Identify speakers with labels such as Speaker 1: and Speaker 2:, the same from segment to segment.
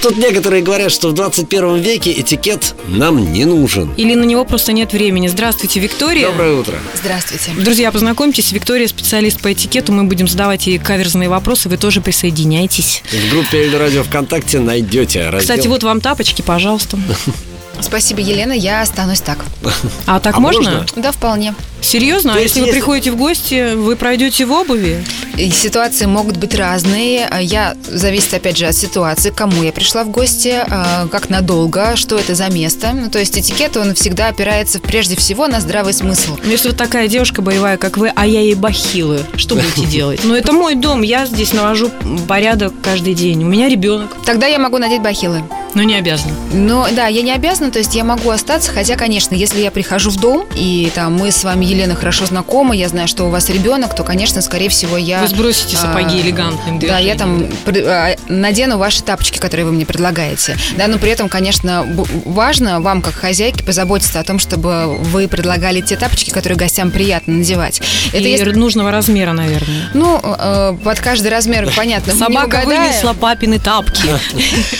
Speaker 1: тут некоторые говорят, что в 21 веке этикет нам не нужен.
Speaker 2: Или на него просто нет времени. Здравствуйте, Виктория.
Speaker 1: Доброе утро.
Speaker 3: Здравствуйте.
Speaker 2: Друзья, познакомьтесь, Виктория специалист по этикету. Мы будем задавать ей каверзные вопросы, вы тоже присоединяйтесь.
Speaker 1: В группе Эль Радио ВКонтакте найдете раздел.
Speaker 2: Кстати, вот вам тапочки, пожалуйста.
Speaker 3: Спасибо, Елена, я останусь так.
Speaker 2: А так
Speaker 1: А
Speaker 2: можно?
Speaker 1: можно?
Speaker 3: Да, вполне.
Speaker 2: Серьезно?
Speaker 1: То
Speaker 2: а
Speaker 1: есть
Speaker 2: если вы
Speaker 1: если-
Speaker 2: приходите в гости, вы пройдете в обуви?
Speaker 3: И ситуации могут быть разные. А Я зависит, опять же, от ситуации, к кому я пришла в гости, а, как надолго, что это за место. Ну, то есть этикет, он всегда опирается прежде всего на здравый смысл.
Speaker 2: Ну, если вот такая девушка боевая, как вы, а я ей бахилы, что будете делать? Ну, это мой дом, я здесь навожу порядок каждый день. У меня ребенок,
Speaker 3: Тогда я могу надеть бахилы.
Speaker 2: но не обязана.
Speaker 3: Но да, я не обязана, то есть я могу остаться, хотя, конечно, если я прихожу в дом, и там мы с вами, Елена, хорошо знакомы, я знаю, что у вас ребенок, то, конечно, скорее всего, я...
Speaker 2: Вы сбросите сапоги
Speaker 3: а,
Speaker 2: элегантным
Speaker 3: Да, я
Speaker 2: движением.
Speaker 3: там при- а, надену ваши тапочки, которые вы мне предлагаете. Да, но при этом, конечно, б- важно вам, как хозяйке, позаботиться о том, чтобы вы предлагали те тапочки, которые гостям приятно надевать. Это
Speaker 2: И
Speaker 3: если-
Speaker 2: нужного размера, наверное.
Speaker 3: Ну, э, под каждый размер, понятно. не
Speaker 2: Собака
Speaker 3: угадаешь.
Speaker 2: вынесла папины тапки.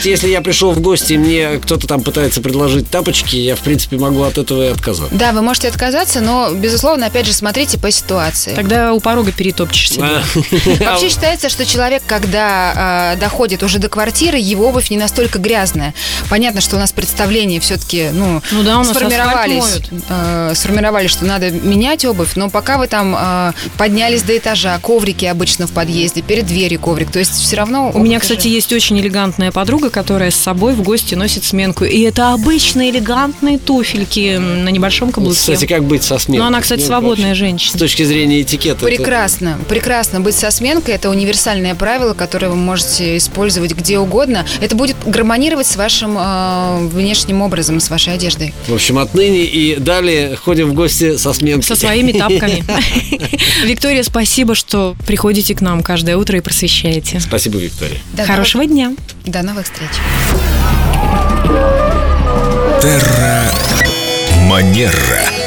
Speaker 1: Если я пришел в гости, и мне кто-то там пытается предложить тапочки, я, в принципе, могу от этого и отказаться.
Speaker 3: Да, вы можете отказаться, но, безусловно, опять же, смотрите по ситуации.
Speaker 2: Тогда у порога перетопчешься.
Speaker 1: А,
Speaker 3: Вообще считается, что человек, когда э, доходит уже до квартиры, его обувь не настолько грязная. Понятно, что у нас представление все-таки, ну,
Speaker 2: Ну да, у нас
Speaker 3: сформировались,
Speaker 2: асфальт
Speaker 3: э, сформировали, что надо менять обувь, но пока вы там э, поднялись до этажа, коврики обычно в подъезде, перед дверью коврик, то есть все равно...
Speaker 2: У меня, кстати, есть очень элегантная подруга, которая с собой в гости носит сменку. И это обычные элегантные туфельки на небольшом каблуке.
Speaker 1: Кстати, как быть со сменой?
Speaker 2: Но она, кстати,
Speaker 1: Ну,
Speaker 2: свободная
Speaker 1: вообще, С
Speaker 2: женщина.
Speaker 1: точки зрения этикета. это-
Speaker 3: Прекрасно, прекрасно быть со сменкой, это универсальное правило, которое вы можете использовать где угодно. Это будет гармонировать с вашим э, внешним образом, с вашей одеждой.
Speaker 1: В общем, отныне и далее ходим в гости со сменки.
Speaker 2: Со своими тапками. Виктория, спасибо, что приходите к нам каждое утро и просвещаете.
Speaker 1: Спасибо, Виктория.
Speaker 3: До
Speaker 2: Хорошего дня.
Speaker 3: новых- До новых встреч.
Speaker 4: Манера.